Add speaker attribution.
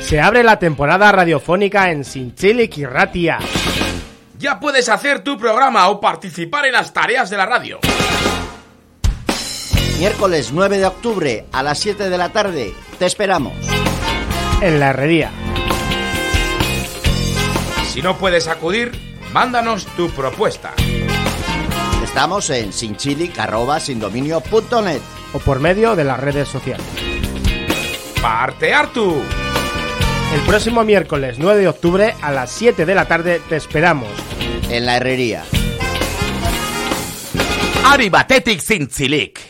Speaker 1: Se abre la temporada radiofónica en Sinchil y Kirratia.
Speaker 2: Ya puedes hacer tu programa o participar en las tareas de la radio.
Speaker 3: Miércoles 9 de octubre a las 7 de la tarde. Te esperamos.
Speaker 1: En la herrería.
Speaker 2: Si no puedes acudir, mándanos tu propuesta.
Speaker 3: Estamos en sinchilic.sindominio.net.
Speaker 1: O por medio de las redes sociales.
Speaker 2: Partear tú.
Speaker 1: El próximo miércoles 9 de octubre a las 7 de la tarde te esperamos.
Speaker 3: En la herrería.
Speaker 4: Ari batetik zintzilik.